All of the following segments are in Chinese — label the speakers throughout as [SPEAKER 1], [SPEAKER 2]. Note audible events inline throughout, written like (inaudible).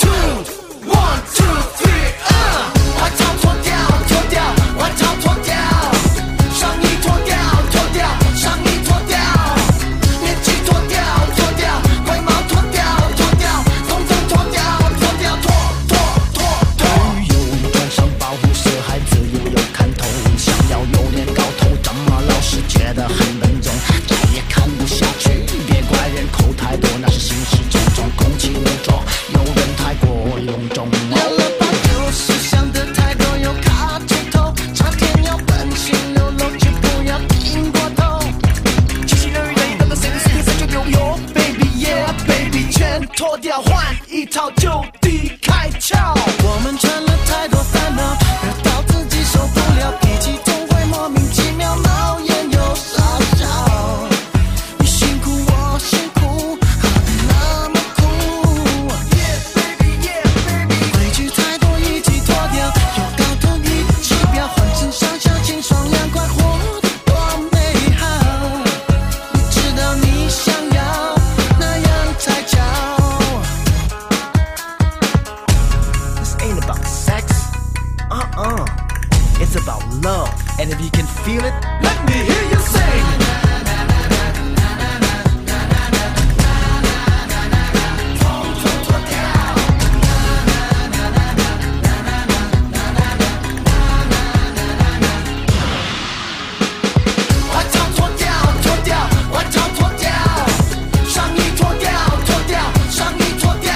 [SPEAKER 1] two, one, two, three, uh.
[SPEAKER 2] 旅游穿上保护色，孩子又有看头，想要有点搞头，怎么老是觉得很笨重？再也看不下去，别怪人口太多，那是形式种种，空气污浊，有人太过臃肿。
[SPEAKER 1] 聊了半就是想的太多，又卡住头，差点要本性流露，却不要硬过头。七情二欲等一等到谁的时间谁就拥有，baby yeah baby，全脱掉换一套就地开窍。我们传了太多烦恼，惹到自己受不了，脾气总会莫名其妙冒烟又烧焦。你辛苦我辛苦，何必那么苦？Yeah baby yeah baby，规矩太多一起脱掉，有高头一起飙，浑身上下清爽凉快，活得多美好。你知道你想要那样才叫。
[SPEAKER 2] This ain't about sex, uh uh, it's about love, and if you can feel it,
[SPEAKER 1] Let me hear you sing。外套脱掉，脱掉，外套脱掉，上衣脱掉，脱掉，上衣脱掉，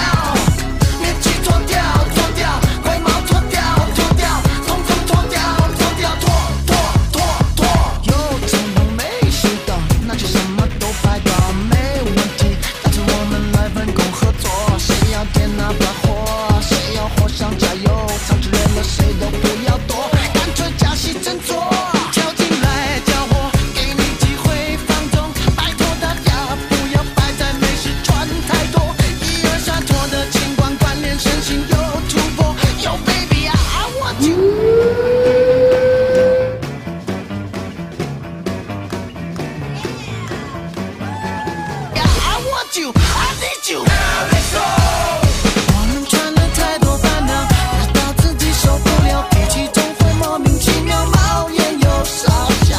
[SPEAKER 1] 面具脱掉，脱掉，灰毛脱掉，脱掉，统统脱掉，脱掉，脱脱脱脱。
[SPEAKER 2] 又怎么没收到？那就什么都拍到，没问题。但是我们来分工合作，谁要点哪把火，谁要火上加油，藏着人了谁都不要躲，干脆假戏真做。
[SPEAKER 1] 跳进来搅和，给你机会放纵，拜托大家不要摆在美食穿太多，一二三脱的清光，锻炼身心有突破，有 baby 啊，我就。I want you, I need you. Now let's go. 我们传了太多烦恼，惹到自己受不了，脾气总会莫名其妙冒烟又烧焦。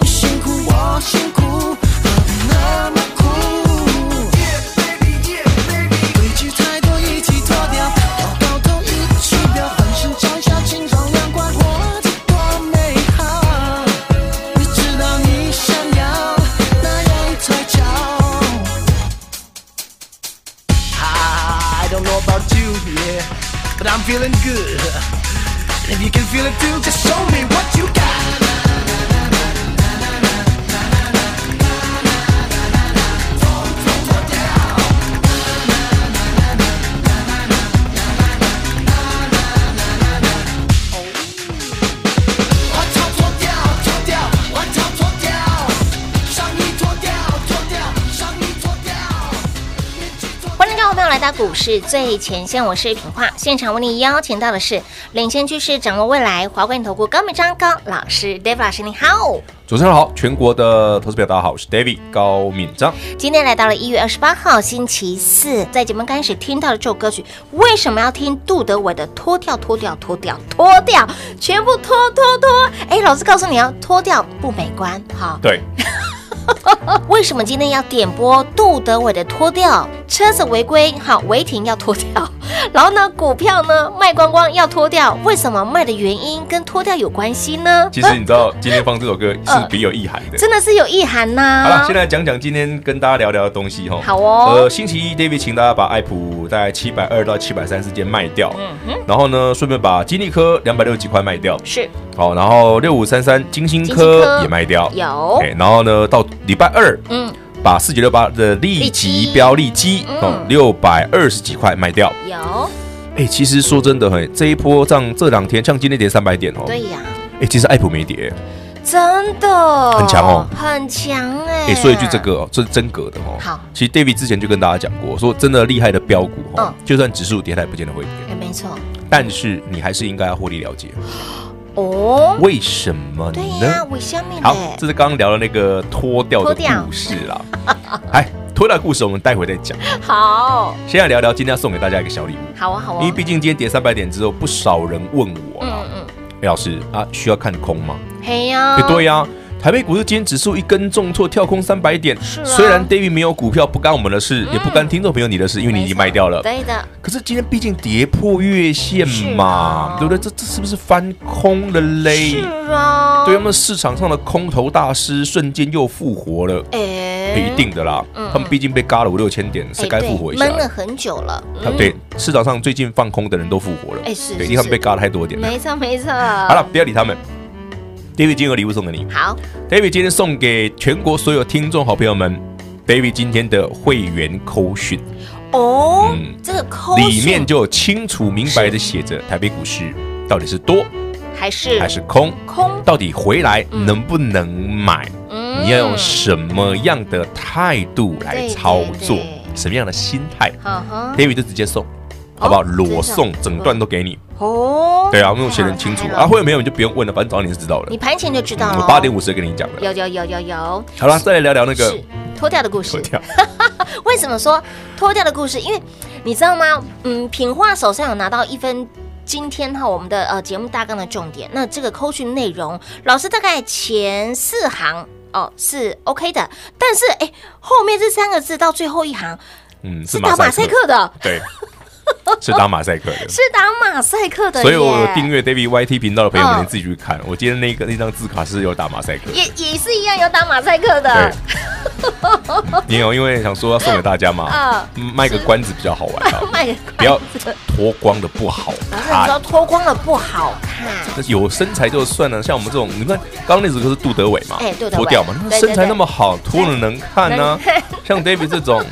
[SPEAKER 1] 你辛苦我辛苦，何必那么苦规矩太多一起脱掉，要高头一起飙，浑身上下清爽凉快，活得多美好。你知道你想要那样才叫。
[SPEAKER 2] I don't know about you, yeah, but I'm feeling good. And if you can feel it too, just show me what you got.
[SPEAKER 3] 欢迎各位朋友来到股市最前线，我是品化，现场为你邀请到的是领先趋势、掌握未来华冠投顾高敏章高老师，David 老师，你好。
[SPEAKER 4] 主持人好，全国的投资表大家好，我是 David 高敏章。
[SPEAKER 3] 今天来到了一月二十八号星期四，在节目开始听到的这首歌曲，为什么要听杜德伟的脱掉脱掉脱掉脱掉，全部脱脱脱？哎，老师告诉你要脱掉不美观，好。
[SPEAKER 4] 对，
[SPEAKER 3] 为什么今天要点播杜德伟的脱掉？车子违规，好违停要脱掉。然后呢，股票呢卖光光要脱掉，为什么卖的原因跟脱掉有关系呢？
[SPEAKER 4] (laughs)
[SPEAKER 3] 呃
[SPEAKER 4] 其实你知道今天放这首歌是别有意涵的。
[SPEAKER 3] 真的是有意涵呐、
[SPEAKER 4] 好了，先来讲讲今天跟大家聊聊的东西哈。
[SPEAKER 3] 好哦
[SPEAKER 4] 呃，星期一 David 请大家把爱普大概七百二到七百三之间卖掉，
[SPEAKER 3] 嗯
[SPEAKER 4] 然后呢，顺便把金利科两百六十几块卖掉，
[SPEAKER 3] 是
[SPEAKER 4] 好，然后六五三三金星
[SPEAKER 3] 金星科
[SPEAKER 4] 科也卖掉，
[SPEAKER 3] 有
[SPEAKER 4] 哎，然后呢，到礼拜二，
[SPEAKER 3] 嗯，
[SPEAKER 4] 把四九六八的利
[SPEAKER 3] 利
[SPEAKER 4] 吉
[SPEAKER 3] 基
[SPEAKER 4] 标利基哦六百二十几块卖掉。
[SPEAKER 3] 有，
[SPEAKER 4] 哎，其实说真的，嘿，这一波像这两天，像今天跌三百点哦，
[SPEAKER 3] 对呀，
[SPEAKER 4] 哎，其实爱普没跌，
[SPEAKER 3] 真的
[SPEAKER 4] 很强哦
[SPEAKER 3] 很强哎。
[SPEAKER 4] 哎，说一句这，个哦，这是真格的哦。
[SPEAKER 3] 好
[SPEAKER 4] 其实 David 之前就跟大家讲过，说真的厉害的标股哦
[SPEAKER 3] 嗯，
[SPEAKER 4] 就算指数跌，它也不见得会跌，
[SPEAKER 3] 哎，没错，
[SPEAKER 4] 但是你还是应该要获利了解，
[SPEAKER 3] 哦，
[SPEAKER 4] 为什么
[SPEAKER 3] 对
[SPEAKER 4] 呢？
[SPEAKER 3] 呀，我下面
[SPEAKER 4] 好，
[SPEAKER 3] 嘞
[SPEAKER 4] 这是刚刚聊的那个脱掉的故事啦。 (laughs) 哎，脱掉的故事我们待会再讲，
[SPEAKER 3] 好，
[SPEAKER 4] 先来聊聊今天要送给大家一个小礼物，
[SPEAKER 3] 好啊，好啊，
[SPEAKER 4] 因为毕竟今天跌三百点之后，不少人问我啦，
[SPEAKER 3] 嗯嗯，
[SPEAKER 4] 哎老师啊，需要看空吗？
[SPEAKER 3] 嘿呀
[SPEAKER 4] 哎，，对呀、台北股市今天指数一根重挫，跳空三百点。
[SPEAKER 3] 是啊嗯
[SPEAKER 4] 虽然 David 没有股票，不干我们的事，也不干听众朋友你的事，因为你已经卖掉了。
[SPEAKER 3] 对的，
[SPEAKER 4] 可是今天毕竟跌破月线嘛
[SPEAKER 3] 是啊，
[SPEAKER 4] 对不对？这这是不是翻空了嘞？
[SPEAKER 3] 是啊，
[SPEAKER 4] 对他们市场上的空头大师瞬间又复活了，
[SPEAKER 3] 哎，
[SPEAKER 4] 一定的啦
[SPEAKER 3] 嗯。
[SPEAKER 4] 他们毕竟被嘎了五六千点，是
[SPEAKER 3] 哎
[SPEAKER 4] 该
[SPEAKER 3] 对
[SPEAKER 4] 复活一下
[SPEAKER 3] 闷了
[SPEAKER 4] 了。
[SPEAKER 3] 很久了，嗯
[SPEAKER 4] 他对市场上最近放空的人都复活了，
[SPEAKER 3] 哎是
[SPEAKER 4] 对，
[SPEAKER 3] 是
[SPEAKER 4] 因为他们
[SPEAKER 3] 是
[SPEAKER 4] 被嘎了太多点了。
[SPEAKER 3] 没错没错。
[SPEAKER 4] 好
[SPEAKER 3] 好
[SPEAKER 4] 了，，不要理他们。David 今天有礼物送给你
[SPEAKER 3] 好，
[SPEAKER 4] ，David 今天送给全国所有听众好朋友们，David 今天的会员扣讯
[SPEAKER 3] 哦
[SPEAKER 4] 嗯，
[SPEAKER 3] 这个抠
[SPEAKER 4] 里面就有清楚明白的写着台北股市到底是多
[SPEAKER 3] 还是
[SPEAKER 4] 还是空，
[SPEAKER 3] 空，
[SPEAKER 4] 到底回来能不能买。
[SPEAKER 3] 嗯
[SPEAKER 4] 你要用什么样的态度来操作
[SPEAKER 3] 对对，对
[SPEAKER 4] 什么样的心态
[SPEAKER 3] 呵呵，
[SPEAKER 4] ，David 就直接送，好不好？
[SPEAKER 3] 真的嗯
[SPEAKER 4] 裸送整段都给你。
[SPEAKER 3] 哦，
[SPEAKER 4] 对啊，我们写的很清楚
[SPEAKER 3] 太好了
[SPEAKER 4] 啊，会有没有你就不用问了，反正早点就知道了
[SPEAKER 3] 你。盘前就知道
[SPEAKER 4] 嗯
[SPEAKER 3] 了。
[SPEAKER 4] 我八点五十跟你讲了。
[SPEAKER 3] 有有有有有，
[SPEAKER 4] 好了，再来聊聊那个
[SPEAKER 3] 是脱掉的故
[SPEAKER 4] 口
[SPEAKER 3] 事。
[SPEAKER 4] 条。
[SPEAKER 3] 为什么说脱掉的故事？因为你知道吗？嗯，品化手上有拿到一份。今天哈，我们的呃节目大纲的重点，那这个扣讯内容，老师大概前四行哦是 OK 的，但是哎，后面这三个字到最后一行
[SPEAKER 4] 嗯，
[SPEAKER 3] 是打马赛克的，
[SPEAKER 4] 对，是打马赛克的。
[SPEAKER 3] 是打马赛克的耶，
[SPEAKER 4] 所以我有订阅 David YT 频道的朋友们，
[SPEAKER 3] 嗯
[SPEAKER 4] 你自己去看。我今天那个那张字卡是有打马赛克，
[SPEAKER 3] 也也是一样有打马赛克的，
[SPEAKER 4] 对，你有因为想说要送给大家嘛，嗯卖个关子比较好玩啊。
[SPEAKER 3] 嗯卖个
[SPEAKER 4] 不要脱光的不好
[SPEAKER 3] 老师，你知道
[SPEAKER 4] 看。
[SPEAKER 3] 脱光了不好看，
[SPEAKER 4] 有身材就算了，像我们这种，你看刚刚那首歌是杜德伟嘛，
[SPEAKER 3] 哎杜德伟
[SPEAKER 4] 脱掉嘛，那
[SPEAKER 3] 对对
[SPEAKER 4] 身材那么好，脱了能看呢、
[SPEAKER 3] 能看
[SPEAKER 4] 像 David 这种，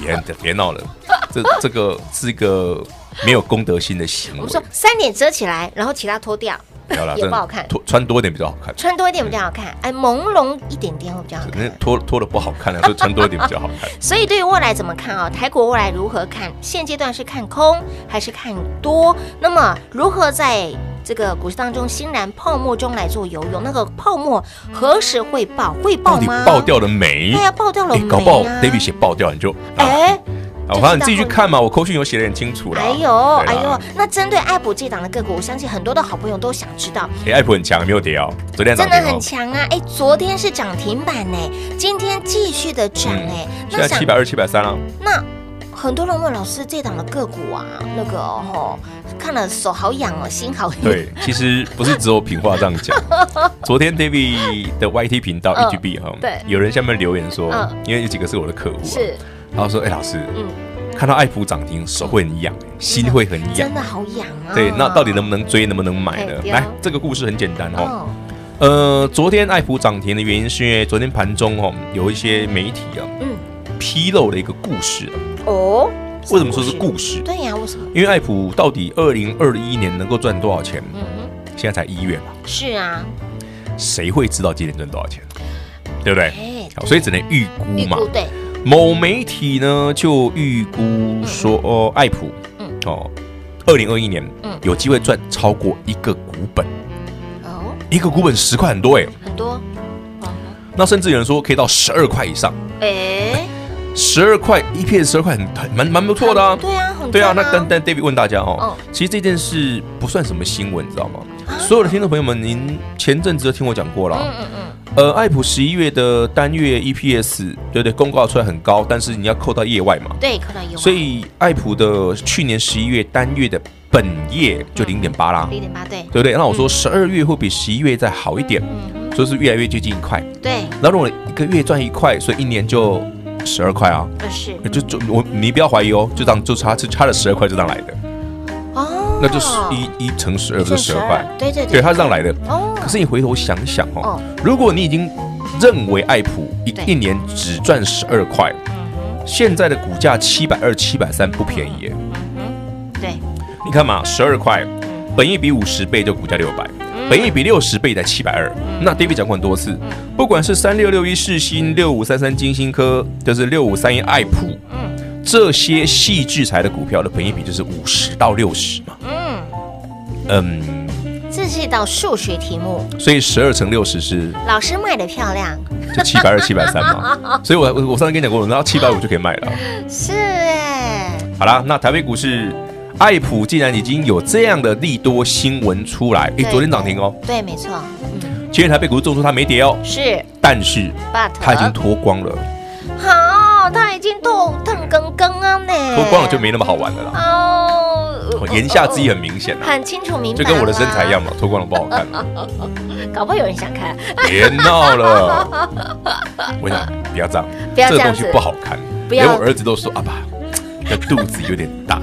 [SPEAKER 4] 别别闹了，这这个是一个没有公德心的行
[SPEAKER 3] 我
[SPEAKER 4] 为
[SPEAKER 3] 们，说三点遮起来，然后其他脱掉，
[SPEAKER 4] 不要啦
[SPEAKER 3] 也
[SPEAKER 4] 真
[SPEAKER 3] 不
[SPEAKER 4] 的
[SPEAKER 3] 好看，
[SPEAKER 4] 脱穿多一点比较好看。
[SPEAKER 3] 穿多一点比较好看，哎，朦胧一点点会比较好
[SPEAKER 4] 那
[SPEAKER 3] 看。
[SPEAKER 4] 脱脱的不好看了，就穿多一点比较好
[SPEAKER 3] (laughs)
[SPEAKER 4] 看。
[SPEAKER 3] 所以对于未来怎么看啊？台股未来如何看？现阶段是看空还是看多？那么如何在这个股市当中欣然泡沫中来做游泳？那个泡沫何时会爆？会
[SPEAKER 4] 到
[SPEAKER 3] 爆
[SPEAKER 4] 底
[SPEAKER 3] 吗？
[SPEAKER 4] 爆掉了没？
[SPEAKER 3] 对呀、爆掉了
[SPEAKER 4] 哎
[SPEAKER 3] 没、啊
[SPEAKER 4] 搞不好 David 写爆掉你就啊，
[SPEAKER 3] 哎。
[SPEAKER 4] 我反正你自己去看嘛，我扣讯有写的很清楚啦。
[SPEAKER 3] 哎呦，
[SPEAKER 4] 对
[SPEAKER 3] 哎
[SPEAKER 4] 啦
[SPEAKER 3] 呦，，那针对爱普这档的个股，我相信很多的好朋友都想知道，
[SPEAKER 4] 哎，艾普很强，没有跌哦，昨天涨
[SPEAKER 3] 真
[SPEAKER 4] 停
[SPEAKER 3] 的
[SPEAKER 4] 哦
[SPEAKER 3] 很，强啊！哎，昨天是涨停板呢，今天继续的涨
[SPEAKER 4] 嗯
[SPEAKER 3] 哎，
[SPEAKER 4] 现在七百二、七
[SPEAKER 3] (laughs)
[SPEAKER 4] 百三了。啊
[SPEAKER 3] 那很多人问老师这档的个股啊，那个哦，看了手好痒哦，心好痒。
[SPEAKER 4] 对，其实不是只有品话这样
[SPEAKER 3] (laughs)
[SPEAKER 4] 讲。昨天 David 的 YT 频道 E
[SPEAKER 3] 嗯
[SPEAKER 4] EGB 哈，
[SPEAKER 3] 对
[SPEAKER 4] 哦有人下面留言说
[SPEAKER 3] 嗯，
[SPEAKER 4] 因为有几个是我的客户，
[SPEAKER 3] 是，，
[SPEAKER 4] 然后说，哎，老师，
[SPEAKER 3] 嗯，
[SPEAKER 4] 看到爱普涨停，手会很痒，心会很痒
[SPEAKER 3] 真。的好痒啊！
[SPEAKER 4] 对，那到底能不能追，能不能买呢
[SPEAKER 3] 哎？对啊
[SPEAKER 4] 来，这个故事很简单哦。
[SPEAKER 3] 哦，
[SPEAKER 4] 呃，昨天爱普涨停的原因是因为昨天盘中哦，有一些媒体啊
[SPEAKER 3] 嗯，
[SPEAKER 4] 披露了一个故事啊。
[SPEAKER 3] 哦，
[SPEAKER 4] 为什么说是故事？
[SPEAKER 3] 对呀，为什么？
[SPEAKER 4] 因为爱普到底二零二一年能够赚多少钱？
[SPEAKER 3] 嗯哼，
[SPEAKER 4] 现在才一月嘛，
[SPEAKER 3] 是啊，
[SPEAKER 4] 谁会知道今年赚多少钱？对不对？
[SPEAKER 3] 哎
[SPEAKER 4] 好
[SPEAKER 3] 对
[SPEAKER 4] 所以只能预估
[SPEAKER 3] 预
[SPEAKER 4] 嘛
[SPEAKER 3] 估。对，
[SPEAKER 4] 某媒体呢就预估说，哦，爱普，
[SPEAKER 3] 嗯
[SPEAKER 4] 哦，二零二一年，
[SPEAKER 3] 嗯
[SPEAKER 4] 有机会赚超过一个股本，
[SPEAKER 3] 哦，
[SPEAKER 4] 一个股本十块很多哎，
[SPEAKER 3] 很多，哦，
[SPEAKER 4] 那甚至有人说可以到十二块以上，
[SPEAKER 3] 哎，
[SPEAKER 4] 十二块一片十二块很很蛮蛮不 (laughs) 错的啊。
[SPEAKER 3] 对啊，很
[SPEAKER 4] 对啊，
[SPEAKER 3] 赚
[SPEAKER 4] 那但但 David 问大家哦，
[SPEAKER 3] 嗯
[SPEAKER 4] 其实这件事不算什么新闻，你知道吗？所有的听众朋友们，您前阵子就听我讲过了啊，
[SPEAKER 3] 啊嗯嗯嗯，
[SPEAKER 4] 呃，爱普十一月的单月 EPS，对不对，公告出来很高，但是你要扣到业外嘛，
[SPEAKER 3] 对，看到有，啊
[SPEAKER 4] 所以爱普的去年十一月单月的本业就零点八啦，
[SPEAKER 3] 零点八，对，
[SPEAKER 4] 对不对？那我说十二月会比十一月再好一点，
[SPEAKER 3] 嗯
[SPEAKER 4] 所以是越来越接近一块。
[SPEAKER 3] 哼，对，
[SPEAKER 4] 然后如果一个月赚一块，所以一年就十二块啊，
[SPEAKER 3] 二是，
[SPEAKER 4] 就就我你不要怀疑哦，就这样就差就差了十二块就这样来的。
[SPEAKER 3] 哦，
[SPEAKER 4] 那就是一一乘十二，不是十二块？
[SPEAKER 3] 对对
[SPEAKER 4] 对，它是这样来的。
[SPEAKER 3] 哦
[SPEAKER 4] 可是你回头想想哦
[SPEAKER 3] 哦，
[SPEAKER 4] 如果你已经认为爱普
[SPEAKER 3] 对
[SPEAKER 4] 一一年只赚十二块，现在的股价七百二、七百三不便宜耶。
[SPEAKER 3] 对，
[SPEAKER 4] 你看嘛，十二块，本益比五十倍就股价六百，本益比六十倍才七百二。那 David 讲过很多次，不管是三六六一世新、六五三三金星科，就是六五三一爱普，这些细制材的股票的本益比就是五十到六十嘛。嗯，
[SPEAKER 3] 这是一道数学题目，
[SPEAKER 4] 所以十二乘六十是
[SPEAKER 3] 老师卖的漂亮，
[SPEAKER 4] 就七百二、七百三嘛。所以我我我上次跟你讲过，然后七百五就可以卖了。
[SPEAKER 3] 是哎，
[SPEAKER 4] 好啦，那台北股市。爱普既然已经有这样的利多新闻出来，诶，
[SPEAKER 3] 对
[SPEAKER 4] 昨天涨停哦，
[SPEAKER 3] 对，没错，嗯，
[SPEAKER 4] 今天台北股市重挫它没跌哦，
[SPEAKER 3] 是
[SPEAKER 4] 但是
[SPEAKER 3] but
[SPEAKER 4] 它已经脱光了，
[SPEAKER 3] 啊好，他已经都烫更更啊呢，
[SPEAKER 4] 脱光了就没那么好玩了啦。
[SPEAKER 3] 哦
[SPEAKER 4] 我，言下之意很明显啦，
[SPEAKER 3] 很清楚明白，
[SPEAKER 4] 就跟我的身材一样，嘛，脱光了不好看嘛。
[SPEAKER 3] 搞不好有人想看，
[SPEAKER 4] 别
[SPEAKER 3] (laughs)
[SPEAKER 4] 闹了，我想不要这样，
[SPEAKER 3] 不要
[SPEAKER 4] 这
[SPEAKER 3] 这
[SPEAKER 4] 个东
[SPEAKER 3] 样
[SPEAKER 4] 西
[SPEAKER 3] 子
[SPEAKER 4] 不好看，
[SPEAKER 3] 不要
[SPEAKER 4] 连我儿子都说阿爸，这肚子有点
[SPEAKER 3] (laughs)
[SPEAKER 4] 大，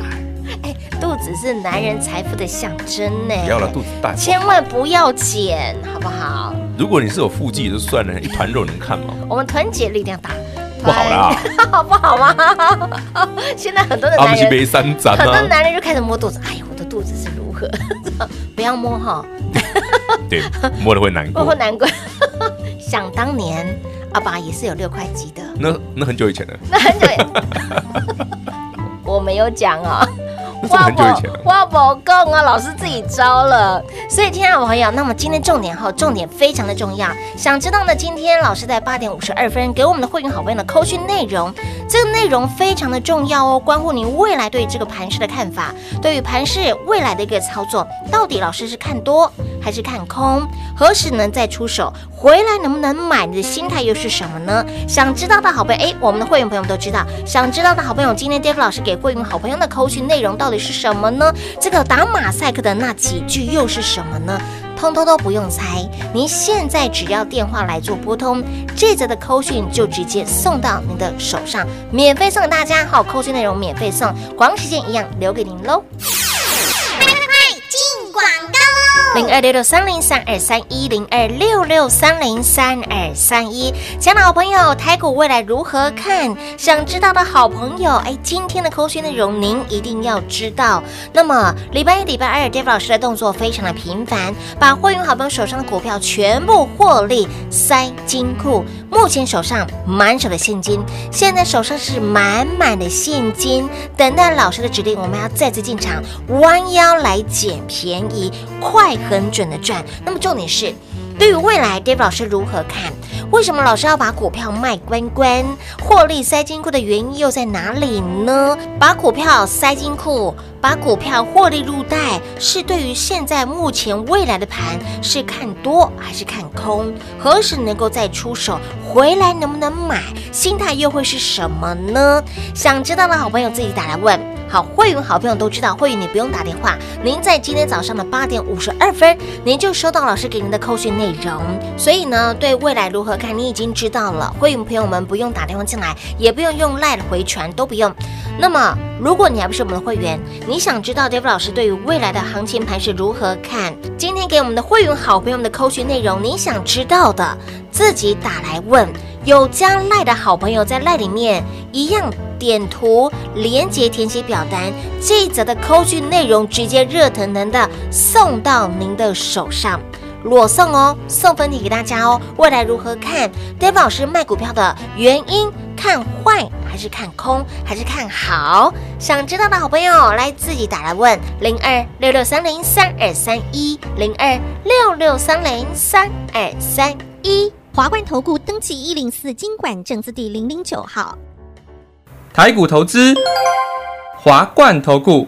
[SPEAKER 3] 哎，肚子是男人财富的象征呢，
[SPEAKER 4] 不要了，肚子大。
[SPEAKER 3] 千万不要减，好不好？
[SPEAKER 4] 如果你是有腹肌也就算了，一团肉能看吗？
[SPEAKER 3] 我们团结力量大，
[SPEAKER 4] 不好啦，
[SPEAKER 3] (laughs) 好不好吗？ (laughs) 现在很多的
[SPEAKER 4] 阿
[SPEAKER 3] 男
[SPEAKER 4] 姆西
[SPEAKER 3] 人，
[SPEAKER 4] 杯三斩
[SPEAKER 3] 很多
[SPEAKER 4] 啊，
[SPEAKER 3] 男人就开始摸肚子，哎呀，我的肚子是如何？ (laughs) 不要摸哈，
[SPEAKER 4] 对，摸了会难
[SPEAKER 3] 会
[SPEAKER 4] 过
[SPEAKER 3] 会。难过。 (laughs) 想当年，阿爸也是有六块肌 (laughs) 的，
[SPEAKER 4] 那那很久以前了，
[SPEAKER 3] 那很久 (laughs) 也，我没有讲哦。
[SPEAKER 4] 那真的很久以前了。
[SPEAKER 3] 我不够啊，老师自己招了。所以，亲爱的朋友，那么今天重点哈，重点非常的重要。想知道呢，今天老师在八点五十二分给我们的会员好朋友的扣讯内容，这个内容非常的重要哦，关乎您未来对这个盘势的看法，对于盘势未来的一个操作，到底老师是看多还是看空，何时能再出手，回来能不能买，你的心态又是什么呢？想知道的好朋友，哎，我们的会员朋友都知道，想知道的好朋友，今天 Dave 老师给会员好朋友的扣讯内容到底是什么呢？这个打马赛克的那几句又是什么呢？通通都不用猜，您现在只要电话来做拨通，这则的扣讯就直接送到您的手上，免费送给大家。好，扣讯内容免费送，广告时间一样留给您喽。零二六六三零三二三一零二六六三零三二三一，亲爱的好朋友，台股未来如何看？想知道的好朋友，哎，今天的扣讯内容您一定要知道。那么礼拜一、礼拜二，Dave 老师的动作非常的频繁，把会员好朋友手上的股票全部获利塞金库。目前手上满手的现金，现在手上是满满的现金，等待老师的指令，我们要再次进场，弯腰来捡便宜，快很准的赚。那么重点是，对于未来 Dave 老师如何看？为什么老师要把股票卖关关，获利塞金库的原因又在哪里呢？把股票塞金库，把股票获利入袋，是对于现在目前未来的盘是看多还是看空？何时能够再出手？回来能不能买？心态又会是什么呢？想知道的好朋友自己打来问。好，会员好朋友都知道，会员你不用打电话，您在今天早上的八点五十二分，您就收到老师给您的扣讯内容。所以呢，对未来如何看，你已经知道了。会员朋友们不用打电话进来，也不用用赖回传，都不用。那么，如果你还不是我们的会员，你想知道 Dave 老师对于未来的行情盘是如何看，今天给我们的会员好朋友们的扣讯内容，你想知道的，自己打来问。有加赖的好朋友在赖里面一样点图连接填写表单，这一则的扣讯内容直接热腾腾的送到您的手上。裸送哦，送分题给大家哦。未来如何看 Dave 老师卖股票的原因？看坏还是看空还是看好？想知道的好朋友来自己打来问零二六六三零三二三一零二六六三零三二三一。
[SPEAKER 5] 华冠投顾登记一零四经管证字第零零九号。
[SPEAKER 6] 台股投资，华冠投顾。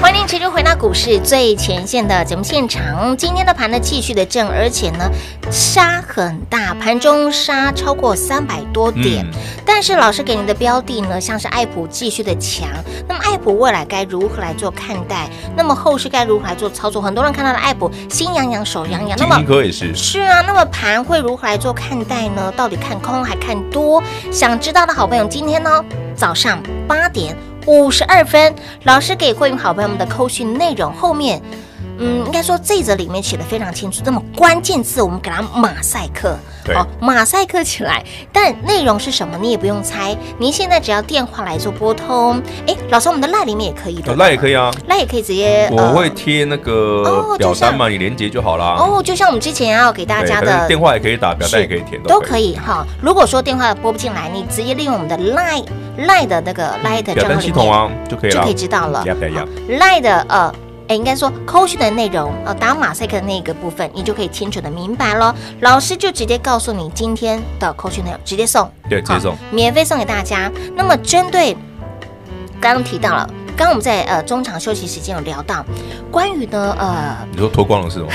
[SPEAKER 3] 欢迎持续回到股市最前线的节目现场。今天的盘呢继续的震，而且呢杀很大，盘中杀超过三百多点。
[SPEAKER 4] 嗯
[SPEAKER 3] 但是老师给你的标的呢，像是爱普继续的强，那么爱普未来该如何来做看待？那么后市该如何来做操作？很多人看到了爱普心痒痒手痒痒，那
[SPEAKER 4] 金
[SPEAKER 3] 么
[SPEAKER 4] 金科也是，
[SPEAKER 3] 是啊，那么盘会如何来做看待呢？到底看空还看多？想知道的好朋友，今天呢早上八点五十二分，老师给会员好朋友们的扣讯内容后面。嗯，应该说这则里面写的非常清楚，那么关键字我们给它马赛克，
[SPEAKER 4] 对
[SPEAKER 3] 好，马赛克起来。但内容是什么你也不用猜，您现在只要电话来做拨通。哎，老师，我们的赖里面也可以的，
[SPEAKER 4] 那也可以啊，
[SPEAKER 3] 赖也可以直接。
[SPEAKER 4] 我
[SPEAKER 3] 呃
[SPEAKER 4] 会贴那
[SPEAKER 3] 哦
[SPEAKER 4] 个表单嘛，你连接就好啦。
[SPEAKER 3] 哦，就像我们之前要给大
[SPEAKER 4] 对，
[SPEAKER 3] 家
[SPEAKER 4] 反
[SPEAKER 3] 的
[SPEAKER 4] 正电话也可以打，表单
[SPEAKER 3] 是
[SPEAKER 4] 也可以填，
[SPEAKER 3] 都可以哈。如果说电话拨不进来，你直接利用我们的 Line Line 的那个 Line 的
[SPEAKER 4] 嗯表
[SPEAKER 3] 账号
[SPEAKER 4] 单
[SPEAKER 3] 里
[SPEAKER 4] 系统
[SPEAKER 3] 面，
[SPEAKER 4] 啊就可以
[SPEAKER 3] 就
[SPEAKER 4] 了，
[SPEAKER 3] 可以知道了。
[SPEAKER 4] 呀呀呀
[SPEAKER 3] 好 Line 的呃。哎，应该说扣讯的内容，呃，打马赛克的那个部分，你就可以清楚的明白咯。老师就直接告诉你今天的扣讯内容，直接送，
[SPEAKER 4] 对，直接送
[SPEAKER 3] 好，免费送给大家。那么针对刚刚提到了，刚刚我们在呃中场休息时间有聊到关于呢呃
[SPEAKER 4] 你说脱光了是吗？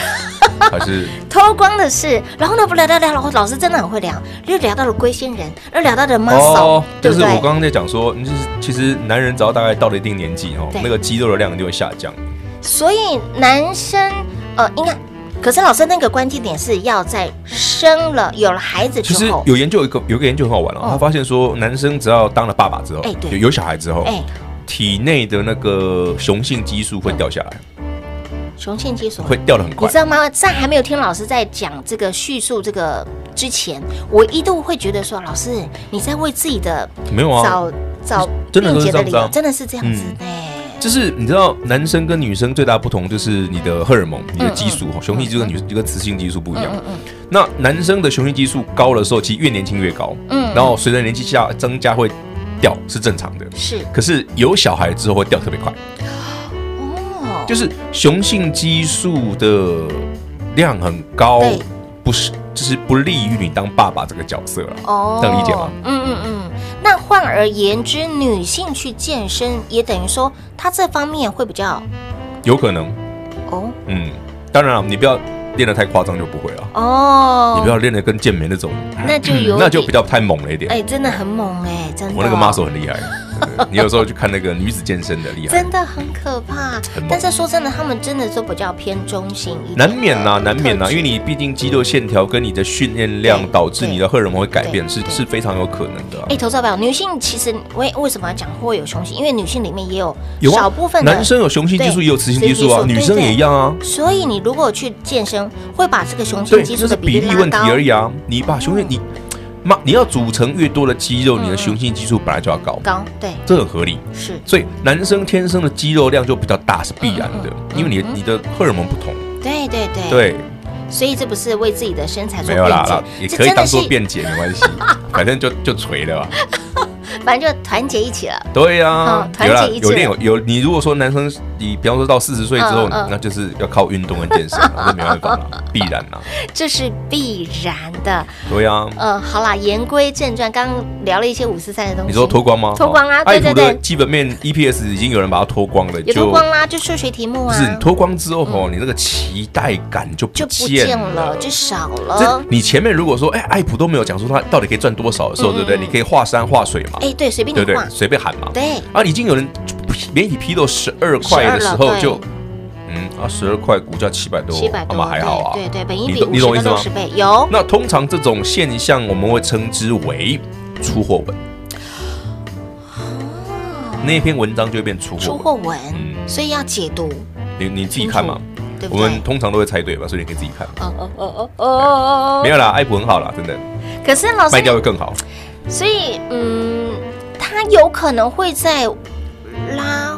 [SPEAKER 4] 还
[SPEAKER 3] (laughs)
[SPEAKER 4] 是
[SPEAKER 3] 偷光的事，然后呢，不聊聊聊，老师真的很会聊，又聊到了龟仙人，又聊到了 muscle，、对
[SPEAKER 4] 哦就
[SPEAKER 3] 不
[SPEAKER 4] 是
[SPEAKER 3] 对？
[SPEAKER 4] 我刚刚在讲说，嗯就是其实男人只要大概到了一定年纪哦
[SPEAKER 3] 对，
[SPEAKER 4] 那个肌肉的量就会下降。
[SPEAKER 3] 所以男生呃，应该，可是老师那个关键点是要在生了有了孩子
[SPEAKER 4] 其实
[SPEAKER 3] 之后，
[SPEAKER 4] 有研究有一个有一个研究很好玩哦
[SPEAKER 3] 嗯，
[SPEAKER 4] 他发现说，男生只要当了爸爸之后
[SPEAKER 3] 哎，对
[SPEAKER 4] 有有小孩之后，
[SPEAKER 3] 哎，
[SPEAKER 4] 体内的那个雄性激素会掉下来，
[SPEAKER 3] 雄性激素
[SPEAKER 4] 会掉的很
[SPEAKER 3] 哎你
[SPEAKER 4] 快
[SPEAKER 3] 知。道吗？在还没有听老师在讲这个叙述这个之前，我一度会觉得说，老师你在为自己的
[SPEAKER 4] 没有啊，
[SPEAKER 3] 早早
[SPEAKER 4] 真的
[SPEAKER 3] 辩解
[SPEAKER 4] 都
[SPEAKER 3] 的
[SPEAKER 4] 是
[SPEAKER 3] 理由，
[SPEAKER 4] 这样子啊
[SPEAKER 3] 真的是这样子
[SPEAKER 4] 嗯
[SPEAKER 3] 哎、
[SPEAKER 4] 就是你知道男生跟女生最大不同就是你的荷尔蒙、你的
[SPEAKER 3] 嗯
[SPEAKER 4] 激素哦，雄性激素跟女这个雌性激素不一样
[SPEAKER 3] 嗯。嗯
[SPEAKER 4] 那男生的雄性激素高的时候，其实越年轻越高，
[SPEAKER 3] 嗯
[SPEAKER 4] 然后随着年纪下增加会掉是正常的。
[SPEAKER 3] 嗯，是
[SPEAKER 4] 可是有小孩之后会掉特别快，
[SPEAKER 3] 哦，
[SPEAKER 4] 就是雄性激素的量很高
[SPEAKER 3] 对，
[SPEAKER 4] 不是就是不利于你当爸爸这个角色了。
[SPEAKER 3] 哦，
[SPEAKER 4] 这样理解吗？
[SPEAKER 3] 嗯嗯嗯。那换而言之，女性去健身也等于说她这方面会比较
[SPEAKER 4] 有可能，
[SPEAKER 3] 哦
[SPEAKER 4] 嗯，当然了，你不要练得太夸张就不会了，
[SPEAKER 3] 哦，
[SPEAKER 4] 你不要练得跟健美那种，嗯
[SPEAKER 3] 那就有
[SPEAKER 4] 那就比
[SPEAKER 3] 较
[SPEAKER 4] 较太猛了一点
[SPEAKER 3] 哎、。真的很猛哎、真的
[SPEAKER 4] 我那个 muscle 很厉害，对你有时候去看那个女子健身的厉害
[SPEAKER 3] 真，的很可怕
[SPEAKER 4] 很。猛
[SPEAKER 3] 但是说真的，他们真的都比较偏中性一点，
[SPEAKER 4] 难免呐，难免啊呐，因为
[SPEAKER 3] 你
[SPEAKER 4] 你毕竟肌肉线条跟你的训练量
[SPEAKER 3] 对
[SPEAKER 4] 导致你的荷尔蒙会改变，
[SPEAKER 3] 对
[SPEAKER 4] 是
[SPEAKER 3] 对
[SPEAKER 4] 是非常有可能的啊
[SPEAKER 3] 哎、。投资者朋友女性其实为为什么要讲会有雄性？因为女性里面也有
[SPEAKER 4] 有啊
[SPEAKER 3] 少部分的
[SPEAKER 4] 男生有雄性激素，
[SPEAKER 3] 对
[SPEAKER 4] 也有雌性激素啊，
[SPEAKER 3] 雌性激素
[SPEAKER 4] 女生也一样啊。
[SPEAKER 3] 所以你如果去健身，会把这个雄性
[SPEAKER 4] 对，
[SPEAKER 3] 激
[SPEAKER 4] 这
[SPEAKER 3] 素
[SPEAKER 4] 是
[SPEAKER 3] 的比
[SPEAKER 4] 比例
[SPEAKER 3] 拉
[SPEAKER 4] 问题
[SPEAKER 3] 高
[SPEAKER 4] 而已啊。你把雄性你妈，你要组成越多的肌肉，你
[SPEAKER 3] 嗯嗯
[SPEAKER 4] 的雄性激素本来就要高，
[SPEAKER 3] 高，对，
[SPEAKER 4] 这很合理。
[SPEAKER 3] 是
[SPEAKER 4] 所以男生天生的肌肉量就比较大是必然的
[SPEAKER 3] 嗯嗯，
[SPEAKER 4] 因为你
[SPEAKER 3] 嗯嗯
[SPEAKER 4] 你的荷尔蒙不同。
[SPEAKER 3] 对对对，
[SPEAKER 4] 对，
[SPEAKER 3] 所以这不是为自己的身材做
[SPEAKER 4] 没
[SPEAKER 3] 辩
[SPEAKER 4] 有啦啦，
[SPEAKER 3] 解，
[SPEAKER 4] 也
[SPEAKER 3] 这
[SPEAKER 4] 可以
[SPEAKER 3] 真
[SPEAKER 4] 当 (laughs)
[SPEAKER 3] 的
[SPEAKER 4] 做
[SPEAKER 3] 是
[SPEAKER 4] 辩解，没关系，反正就就锤了吧。啊
[SPEAKER 3] 反正就团结一起了。
[SPEAKER 4] 对呀、
[SPEAKER 3] 哦团
[SPEAKER 4] 有啦
[SPEAKER 3] 结一，致
[SPEAKER 4] 有练有有。你如果说男生，你比方说到四十岁之后，
[SPEAKER 3] 嗯嗯
[SPEAKER 4] 那就是要靠运动跟健身，啊那没办法啦，必然啦。
[SPEAKER 3] 这是必然的。
[SPEAKER 4] 对啊呀、
[SPEAKER 3] 呃，好啦，言归正传，刚刚聊了一些五四三的东西。
[SPEAKER 4] 你说脱光吗？
[SPEAKER 3] 脱光啊
[SPEAKER 4] 哦
[SPEAKER 3] 对
[SPEAKER 4] 爱
[SPEAKER 3] 对
[SPEAKER 4] 图
[SPEAKER 3] 对
[SPEAKER 4] 的基本面 EPS 已经有人把它脱光了，
[SPEAKER 3] 也
[SPEAKER 4] 就
[SPEAKER 3] 脱光啊啦，就数学题目
[SPEAKER 4] 不
[SPEAKER 3] 啊，
[SPEAKER 4] 是你脱光之后哦，你那个期待感就
[SPEAKER 3] 就
[SPEAKER 4] 不
[SPEAKER 3] 不
[SPEAKER 4] 见
[SPEAKER 3] 见
[SPEAKER 4] 了
[SPEAKER 3] 了，。就少
[SPEAKER 4] 这
[SPEAKER 3] 了。
[SPEAKER 4] 你前面如果说，哎，爱普都没有讲说它到底可以赚多少的时候，对不对？你可以画山画水
[SPEAKER 3] 嗯
[SPEAKER 4] 嘛，
[SPEAKER 3] 哎，对，随便
[SPEAKER 4] 对不
[SPEAKER 3] 你
[SPEAKER 4] 对
[SPEAKER 3] 画？，
[SPEAKER 4] 随便喊嘛。
[SPEAKER 3] 对，
[SPEAKER 4] 啊，已经有人媒体批到十二块的时
[SPEAKER 3] 12
[SPEAKER 4] 候
[SPEAKER 3] 了
[SPEAKER 4] 就，嗯啊，十二块股价七百多，
[SPEAKER 3] 七百
[SPEAKER 4] 那
[SPEAKER 3] 多，
[SPEAKER 4] 么还好啊。
[SPEAKER 3] 对对，对本一
[SPEAKER 4] 你
[SPEAKER 3] 比
[SPEAKER 4] 懂
[SPEAKER 3] 五
[SPEAKER 4] 你
[SPEAKER 3] 十
[SPEAKER 4] 懂我
[SPEAKER 3] 到
[SPEAKER 4] 意思
[SPEAKER 3] 六
[SPEAKER 4] 吗
[SPEAKER 3] 十？倍有。
[SPEAKER 4] 那通常这种现象，我们会称之为出货文。那篇文章就会变出
[SPEAKER 3] 啊出货
[SPEAKER 4] 货文，
[SPEAKER 3] 文，
[SPEAKER 4] 嗯
[SPEAKER 3] 所以要解读，
[SPEAKER 4] 你你自己看嘛。
[SPEAKER 3] 对不
[SPEAKER 4] 我们
[SPEAKER 3] 对？
[SPEAKER 4] 通常都会猜对嘛，所以你可以自己看。
[SPEAKER 3] 哦哦哦哦哦
[SPEAKER 4] 没有啦，爱普很好啦，真的
[SPEAKER 3] 可是老
[SPEAKER 4] 卖
[SPEAKER 3] 师，
[SPEAKER 4] 掉会更好。
[SPEAKER 3] 所以嗯，它有可能会在拉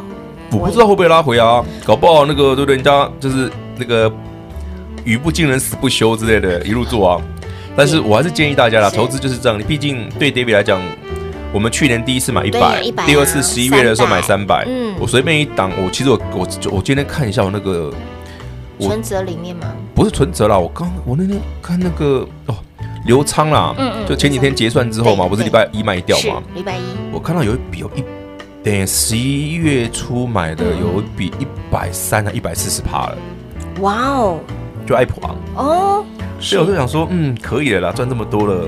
[SPEAKER 4] 我不知道会不会拉回啊，搞不好那个对不对？人家就是那个语不惊人死不休之类的，一路做啊。但是我还是建议大家啦，
[SPEAKER 3] 是
[SPEAKER 4] 投资就是这样。你毕竟对 David 来讲，我们去年第一次买一
[SPEAKER 3] 对啊
[SPEAKER 4] 百，
[SPEAKER 3] 100
[SPEAKER 4] 第二次十一月的时候买三百，
[SPEAKER 3] 嗯
[SPEAKER 4] 我随便一档，我其实我我我今天看一下我那个我
[SPEAKER 3] 存折里面嘛，
[SPEAKER 4] 不是存折啦，我刚我那天看那个哦刘仓啦，
[SPEAKER 3] 嗯嗯
[SPEAKER 4] 就前几天结算之后嘛，
[SPEAKER 3] 对
[SPEAKER 4] 不是
[SPEAKER 3] 对
[SPEAKER 4] 礼拜一卖掉
[SPEAKER 3] 是
[SPEAKER 4] 嘛，
[SPEAKER 3] 礼拜一，
[SPEAKER 4] 我看到有一笔有一，等十一月初买的有一笔一百三啊，一百四十趴了，
[SPEAKER 3] 哇哦
[SPEAKER 4] 就爱普啊，
[SPEAKER 3] 哦，
[SPEAKER 4] 所以我就想说，嗯，可以了啦，赚这么多了，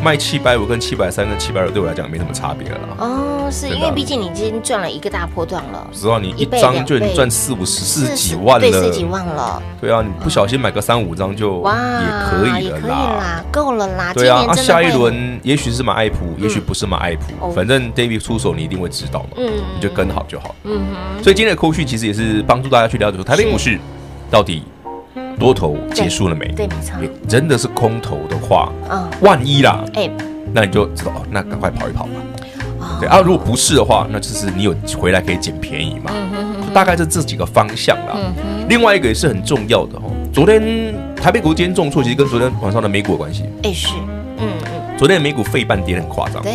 [SPEAKER 4] 卖七百五跟七百三跟七百二对我来讲没什么差别了啦。
[SPEAKER 3] 哦，是因
[SPEAKER 4] 对
[SPEAKER 3] 为
[SPEAKER 4] 吧
[SPEAKER 3] 毕竟你已经赚了一个大波段了，
[SPEAKER 4] 只要你
[SPEAKER 3] 一
[SPEAKER 4] 一
[SPEAKER 3] 倍
[SPEAKER 4] 张就
[SPEAKER 3] 两
[SPEAKER 4] 能
[SPEAKER 3] 倍
[SPEAKER 4] 赚四五十四
[SPEAKER 3] 40
[SPEAKER 4] 几万
[SPEAKER 3] 对，四几
[SPEAKER 4] 了，
[SPEAKER 3] 万了，
[SPEAKER 4] 对啊，你不小心买个三五张就
[SPEAKER 3] 哇，
[SPEAKER 4] 也可以
[SPEAKER 3] 也
[SPEAKER 4] 了
[SPEAKER 3] 可以
[SPEAKER 4] 啦。
[SPEAKER 3] 啦，够了啦，今
[SPEAKER 4] 对啊，
[SPEAKER 3] 年
[SPEAKER 4] 啊，
[SPEAKER 3] 真的
[SPEAKER 4] 下一
[SPEAKER 3] 会，
[SPEAKER 4] 轮也许是买爱普，也许不是买爱
[SPEAKER 3] 哦
[SPEAKER 4] 普，反正 David 出手你一定会知道嘛，
[SPEAKER 3] 嗯
[SPEAKER 4] 你就跟好就好。
[SPEAKER 3] 嗯哼，
[SPEAKER 4] 所以今天的扣讯其实也是帮助大家去了解说，台北股市到底多头结束了没？
[SPEAKER 3] 对，没错，
[SPEAKER 4] 你真的是空头的话，
[SPEAKER 3] 嗯，
[SPEAKER 4] 万一啦，
[SPEAKER 3] 哎，
[SPEAKER 4] 那你就知道哦，那赶快跑一跑吧。
[SPEAKER 3] 哦
[SPEAKER 4] 对啊，如果不是的话，那就是你有回来可以捡便宜嘛。
[SPEAKER 3] 嗯
[SPEAKER 4] 大概是这几个方向啦。另外一个也是很重要的哦。昨天台北股今天重挫，其实跟昨天晚上的美股有关系。
[SPEAKER 3] 哎是，嗯嗯，
[SPEAKER 4] 昨天的美股费半跌得很夸张，
[SPEAKER 3] 对，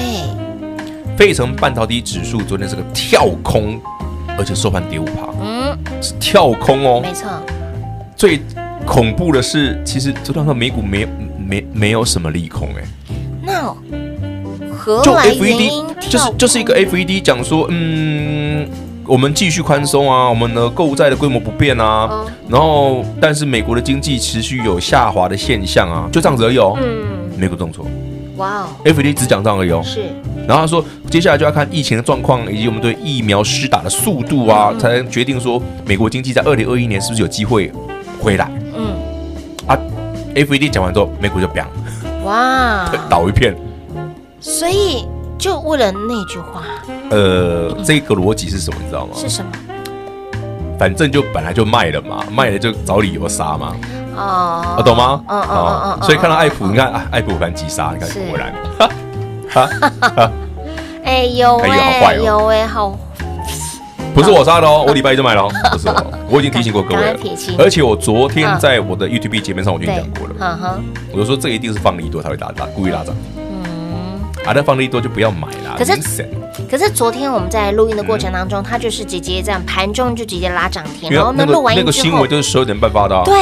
[SPEAKER 4] 费城半导体指数昨天是个跳空，而且收盘跌五趴，
[SPEAKER 3] 嗯，
[SPEAKER 4] 是跳空哦。
[SPEAKER 3] 没错，
[SPEAKER 4] 最恐怖的是，其实昨天晚上美股没没没有什么利空哎、
[SPEAKER 3] 那何
[SPEAKER 4] 就
[SPEAKER 3] 来原因
[SPEAKER 4] FED 就是就是一个 FED 讲说，嗯，我们继续宽松啊，我们的购债的规模不变啊，
[SPEAKER 3] 嗯
[SPEAKER 4] 然后但是美国的经济持续有下滑的现象啊，就这样子而已哦。
[SPEAKER 3] 嗯，
[SPEAKER 4] 美股重挫
[SPEAKER 3] 哇哦，
[SPEAKER 4] ，FED 只讲这样而已哦。
[SPEAKER 3] 是，
[SPEAKER 4] 然后他说，接下来就要看疫情的状况，以及我们对疫苗施打的速度啊，才能决定说美国经济在二零二一年是不是有机会回来。
[SPEAKER 3] 嗯，
[SPEAKER 4] 啊，FED 讲完之后，美股就 b
[SPEAKER 3] 哇，
[SPEAKER 4] 倒一片。
[SPEAKER 3] 所以就为了那句话
[SPEAKER 4] 呃，这个逻辑是什么？你知道吗？
[SPEAKER 3] 是什么？
[SPEAKER 4] 反正就本来就卖了嘛，卖了就找理由杀嘛，
[SPEAKER 3] 哦，
[SPEAKER 4] 啊，懂吗？
[SPEAKER 3] 嗯嗯嗯
[SPEAKER 4] 啊
[SPEAKER 3] 嗯嗯
[SPEAKER 4] 所以看到
[SPEAKER 3] 嗯
[SPEAKER 4] 爱普，你看啊，爱普反击杀，你看
[SPEAKER 3] 是
[SPEAKER 4] 果然
[SPEAKER 3] 哎有
[SPEAKER 4] 哎呀好
[SPEAKER 3] 哎
[SPEAKER 4] 坏哦
[SPEAKER 3] 有哎好，
[SPEAKER 4] 不是我杀的哦，我礼拜一就卖了， (laughs) 哦，不是我，我已经提醒过各位
[SPEAKER 3] 赶
[SPEAKER 4] (laughs) 了
[SPEAKER 3] 快撇清。
[SPEAKER 4] 而且我昨天
[SPEAKER 3] 嗯
[SPEAKER 4] 在我的 YouTube 界面上我就已经
[SPEAKER 3] 对
[SPEAKER 4] 讲过，了，
[SPEAKER 3] 嗯哼，
[SPEAKER 4] 我就说这一定是放利多才会拉涨，故意拉涨
[SPEAKER 3] 嗯。
[SPEAKER 4] 啊，那放利多就不要买啦。
[SPEAKER 3] 可是
[SPEAKER 4] 零散
[SPEAKER 3] 可是昨天我们在录音的过程当中，它就是直接这样盘中就直接拉涨停，
[SPEAKER 4] 因为
[SPEAKER 3] 然后
[SPEAKER 4] 那
[SPEAKER 3] 呢
[SPEAKER 4] 个
[SPEAKER 3] 录完
[SPEAKER 4] 那
[SPEAKER 3] 音
[SPEAKER 4] 个
[SPEAKER 3] 之
[SPEAKER 4] 新
[SPEAKER 3] 后
[SPEAKER 4] 闻，就是十二点半发的啊，
[SPEAKER 3] 对，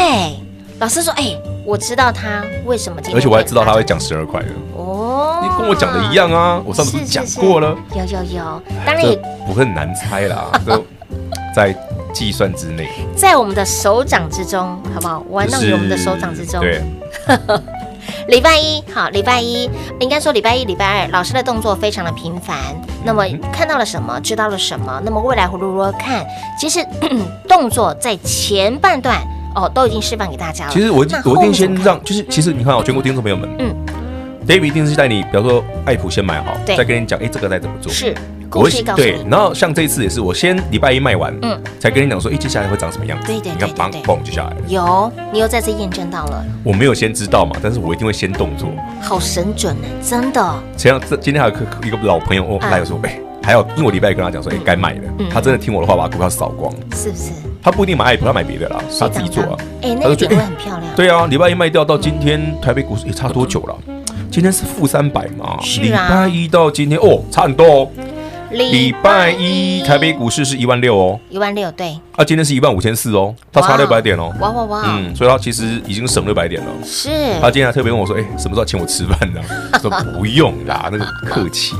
[SPEAKER 3] 老师说，哎，我知道他为什么今天，啊
[SPEAKER 4] 而且我还知道他会讲十二块的。
[SPEAKER 3] 哦，
[SPEAKER 4] 你跟我讲的一样啊，我上次不是讲过了，
[SPEAKER 3] 是，是是有有有，当然
[SPEAKER 4] 这
[SPEAKER 3] 也
[SPEAKER 4] 不会很难猜啦，都在计算之内，
[SPEAKER 3] 在我们的手掌之中，好不好？玩弄于我们的手掌之中。啊
[SPEAKER 4] 对，
[SPEAKER 3] 礼拜一好，礼拜一应该说礼拜一、礼拜二，老师的动作非常的频繁。那
[SPEAKER 4] 嗯
[SPEAKER 3] 么看到了什么，知道了什么，那么未来会如何看？其实 (clears throat) 动作在前半段哦都已经示范给大家了。
[SPEAKER 4] 其实我
[SPEAKER 3] 那
[SPEAKER 4] 我一定先
[SPEAKER 3] 后面怎么看
[SPEAKER 4] 让，就是其实你看哦，全国听众朋友们，
[SPEAKER 3] 嗯
[SPEAKER 4] ，David 一定是带你，比方说爱普先买好，
[SPEAKER 3] 对
[SPEAKER 4] 再跟你讲，哎，这个该怎么做，
[SPEAKER 3] 是故
[SPEAKER 4] 我会
[SPEAKER 3] 事告诉
[SPEAKER 4] 对，
[SPEAKER 3] 你，
[SPEAKER 4] 然后像这一次也是，我先礼拜一卖完，
[SPEAKER 3] 嗯
[SPEAKER 4] 嗯，才跟你讲说，哎，接下来会长什么样子，
[SPEAKER 3] 对对对
[SPEAKER 4] 你看，
[SPEAKER 3] 对
[SPEAKER 4] 嘣
[SPEAKER 3] 对
[SPEAKER 4] 嘣就下来了，
[SPEAKER 3] 有你又再次验证到了，
[SPEAKER 4] 我没有先知道嘛，但是我一定会先动作。
[SPEAKER 3] 好神准呢，真的。哦
[SPEAKER 4] 前两这今天还有客一个老朋友，哦，
[SPEAKER 3] 嗯
[SPEAKER 4] 他有说，哎，还有，因为我礼拜一跟他讲说，哎，该卖了
[SPEAKER 3] 嗯，
[SPEAKER 4] 他真的听我的话，把股票扫光，
[SPEAKER 3] 是不是？
[SPEAKER 4] 他不一定买爱普，他买别的啦，他
[SPEAKER 3] 所以
[SPEAKER 4] 自己
[SPEAKER 3] 刚
[SPEAKER 4] 做
[SPEAKER 3] 刚
[SPEAKER 4] 啊。
[SPEAKER 3] 哎，那
[SPEAKER 4] 他
[SPEAKER 3] 个
[SPEAKER 4] 就觉
[SPEAKER 3] 点
[SPEAKER 4] 得
[SPEAKER 3] 位很漂亮。
[SPEAKER 4] 对啊，礼拜一卖掉到今天，台北股市也差多久了？今天是负三百嘛，
[SPEAKER 3] 是
[SPEAKER 4] 礼
[SPEAKER 3] 啊
[SPEAKER 4] 拜一到今天哦，差很多哦。礼拜一台北股市是一万六哦，
[SPEAKER 3] 一万嗯六，对，
[SPEAKER 4] 啊，今天是一万五千四哦，它差
[SPEAKER 3] 哇
[SPEAKER 4] 六百点哦。
[SPEAKER 3] 哇哇哇，
[SPEAKER 4] 嗯，所以它其实已经省六百点了。
[SPEAKER 3] 是
[SPEAKER 4] 他今天还特别问我说：“哎、什么时候请我吃饭呢？” (laughs) 我说：“不用啦，那个客气，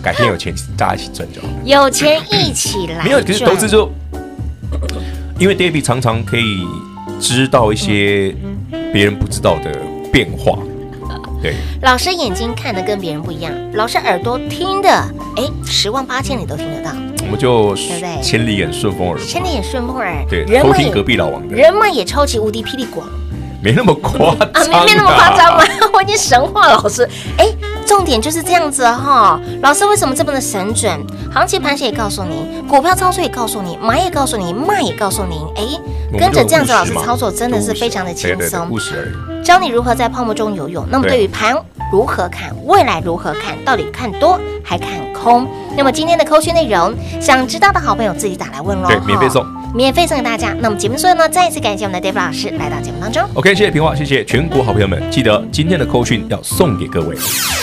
[SPEAKER 4] 改天有钱大家一起赚就好。
[SPEAKER 3] 有钱一起”来，
[SPEAKER 4] 没有，可是投资就因为 David 常常可以知道一些别人不知道的变化，对，
[SPEAKER 3] 老师眼睛看的跟别人不一样，老师耳朵听的，哎，十万八千里都听得到，
[SPEAKER 4] 我们就
[SPEAKER 3] 对不对
[SPEAKER 4] 千里眼顺风耳
[SPEAKER 3] 千里眼顺风耳，
[SPEAKER 4] 对，
[SPEAKER 3] 人
[SPEAKER 4] 偷
[SPEAKER 3] 们
[SPEAKER 4] 听
[SPEAKER 3] 也
[SPEAKER 4] 隔壁老王的，
[SPEAKER 3] 人们也超级无敌霹雳广
[SPEAKER 4] 没那么夸张、
[SPEAKER 3] 啊，没没那么夸张吗？？ (laughs) 我已经神话老师，哎，重点就是这样子哈、老师为什么这么的神准？行情盘写也告诉你，股票操作也告诉你，买也告诉你，卖也告诉你，哎，跟着这样子老师操作真的是非常的轻松。
[SPEAKER 4] 务实而已。
[SPEAKER 3] 教你如何在泡沫中游泳。那么
[SPEAKER 4] 对
[SPEAKER 3] 对于盘如何看，未来如何看，到底看多还看空？那么今天的扣讯内容，想知道的好朋友自己打来问喽。
[SPEAKER 4] 对免费送
[SPEAKER 3] 哈，免费送给大家。那么节目最后呢，再一次感谢我们的 David 老师来到节目当中。
[SPEAKER 4] OK，谢谢平话，谢谢全国好朋友们，记得今天的扣讯要送给各位。嗯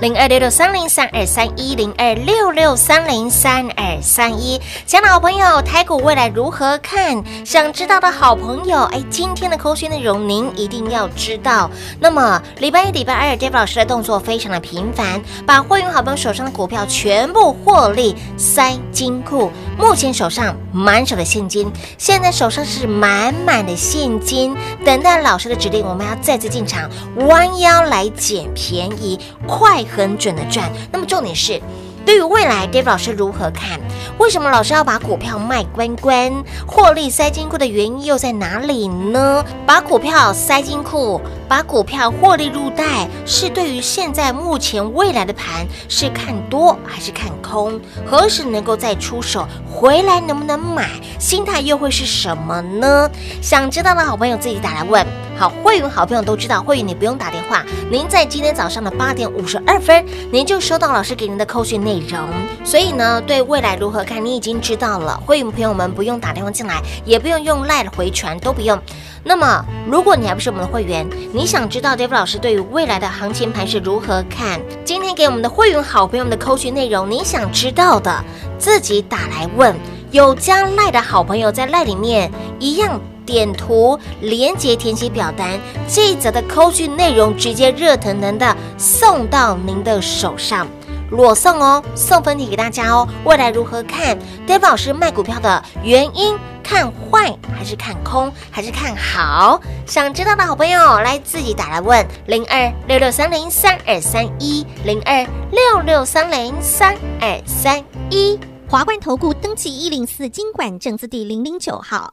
[SPEAKER 3] 零二六六三零三二三一零二六六三零三二三一。想老朋友，台股未来如何看？想知道的好朋友，哎，今天的扣讯内容您一定要知道。那么礼拜一、礼拜二，Dave 老师的动作非常的频繁，把会员好朋友手上的股票全部获利塞金库。目前手上满手的现金，现在手上是满满的现金，等待老师的指令，我们要再次进场，弯腰来捡便宜，快很准的赚。那么重点是。对于未来，Dave 老师如何看？为什么老师要把股票卖关关，获利塞金库的原因又在哪里呢？把股票塞金库，把股票获利入袋，是对于现在目前未来的盘是看多还是看空？何时能够再出手？回来能不能买？心态又会是什么呢？想知道的好朋友自己打来问。好，会员好朋友都知道，会员你不用打电话，您在今天早上的八点五十二分，您就收到老师给您的扣讯内容。所以呢，对未来如何看，你已经知道了。会员朋友们不用打电话进来，也不用用赖回传，都不用。那么，如果你还不是我们的会员，你想知道 Dave 老师对于未来的行情盘是如何看，今天给我们的会员好朋友们的扣讯内容，你想知道的，自己打来问。有加赖的好朋友在赖里面一样。点图连接填写表单，这一则的扣讯内容直接热腾腾的送到您的手上，裸送哦，送分题给大家哦。未来如何看 Dave 老师卖股票的原因？看坏还是看空还是看好？想知道的好朋友来自己打来问零二六六三零三二三一零二六六三零三二三一。
[SPEAKER 5] 华冠投顾登记一零四经管证字第零零九号。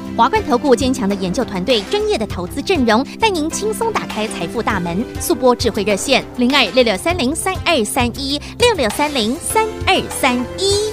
[SPEAKER 5] 华冠投顾坚强的研究团队，专业的投资阵容，带您轻松打开财富大门。速播智慧热线零二六六三零三二三一六六三零三二三一。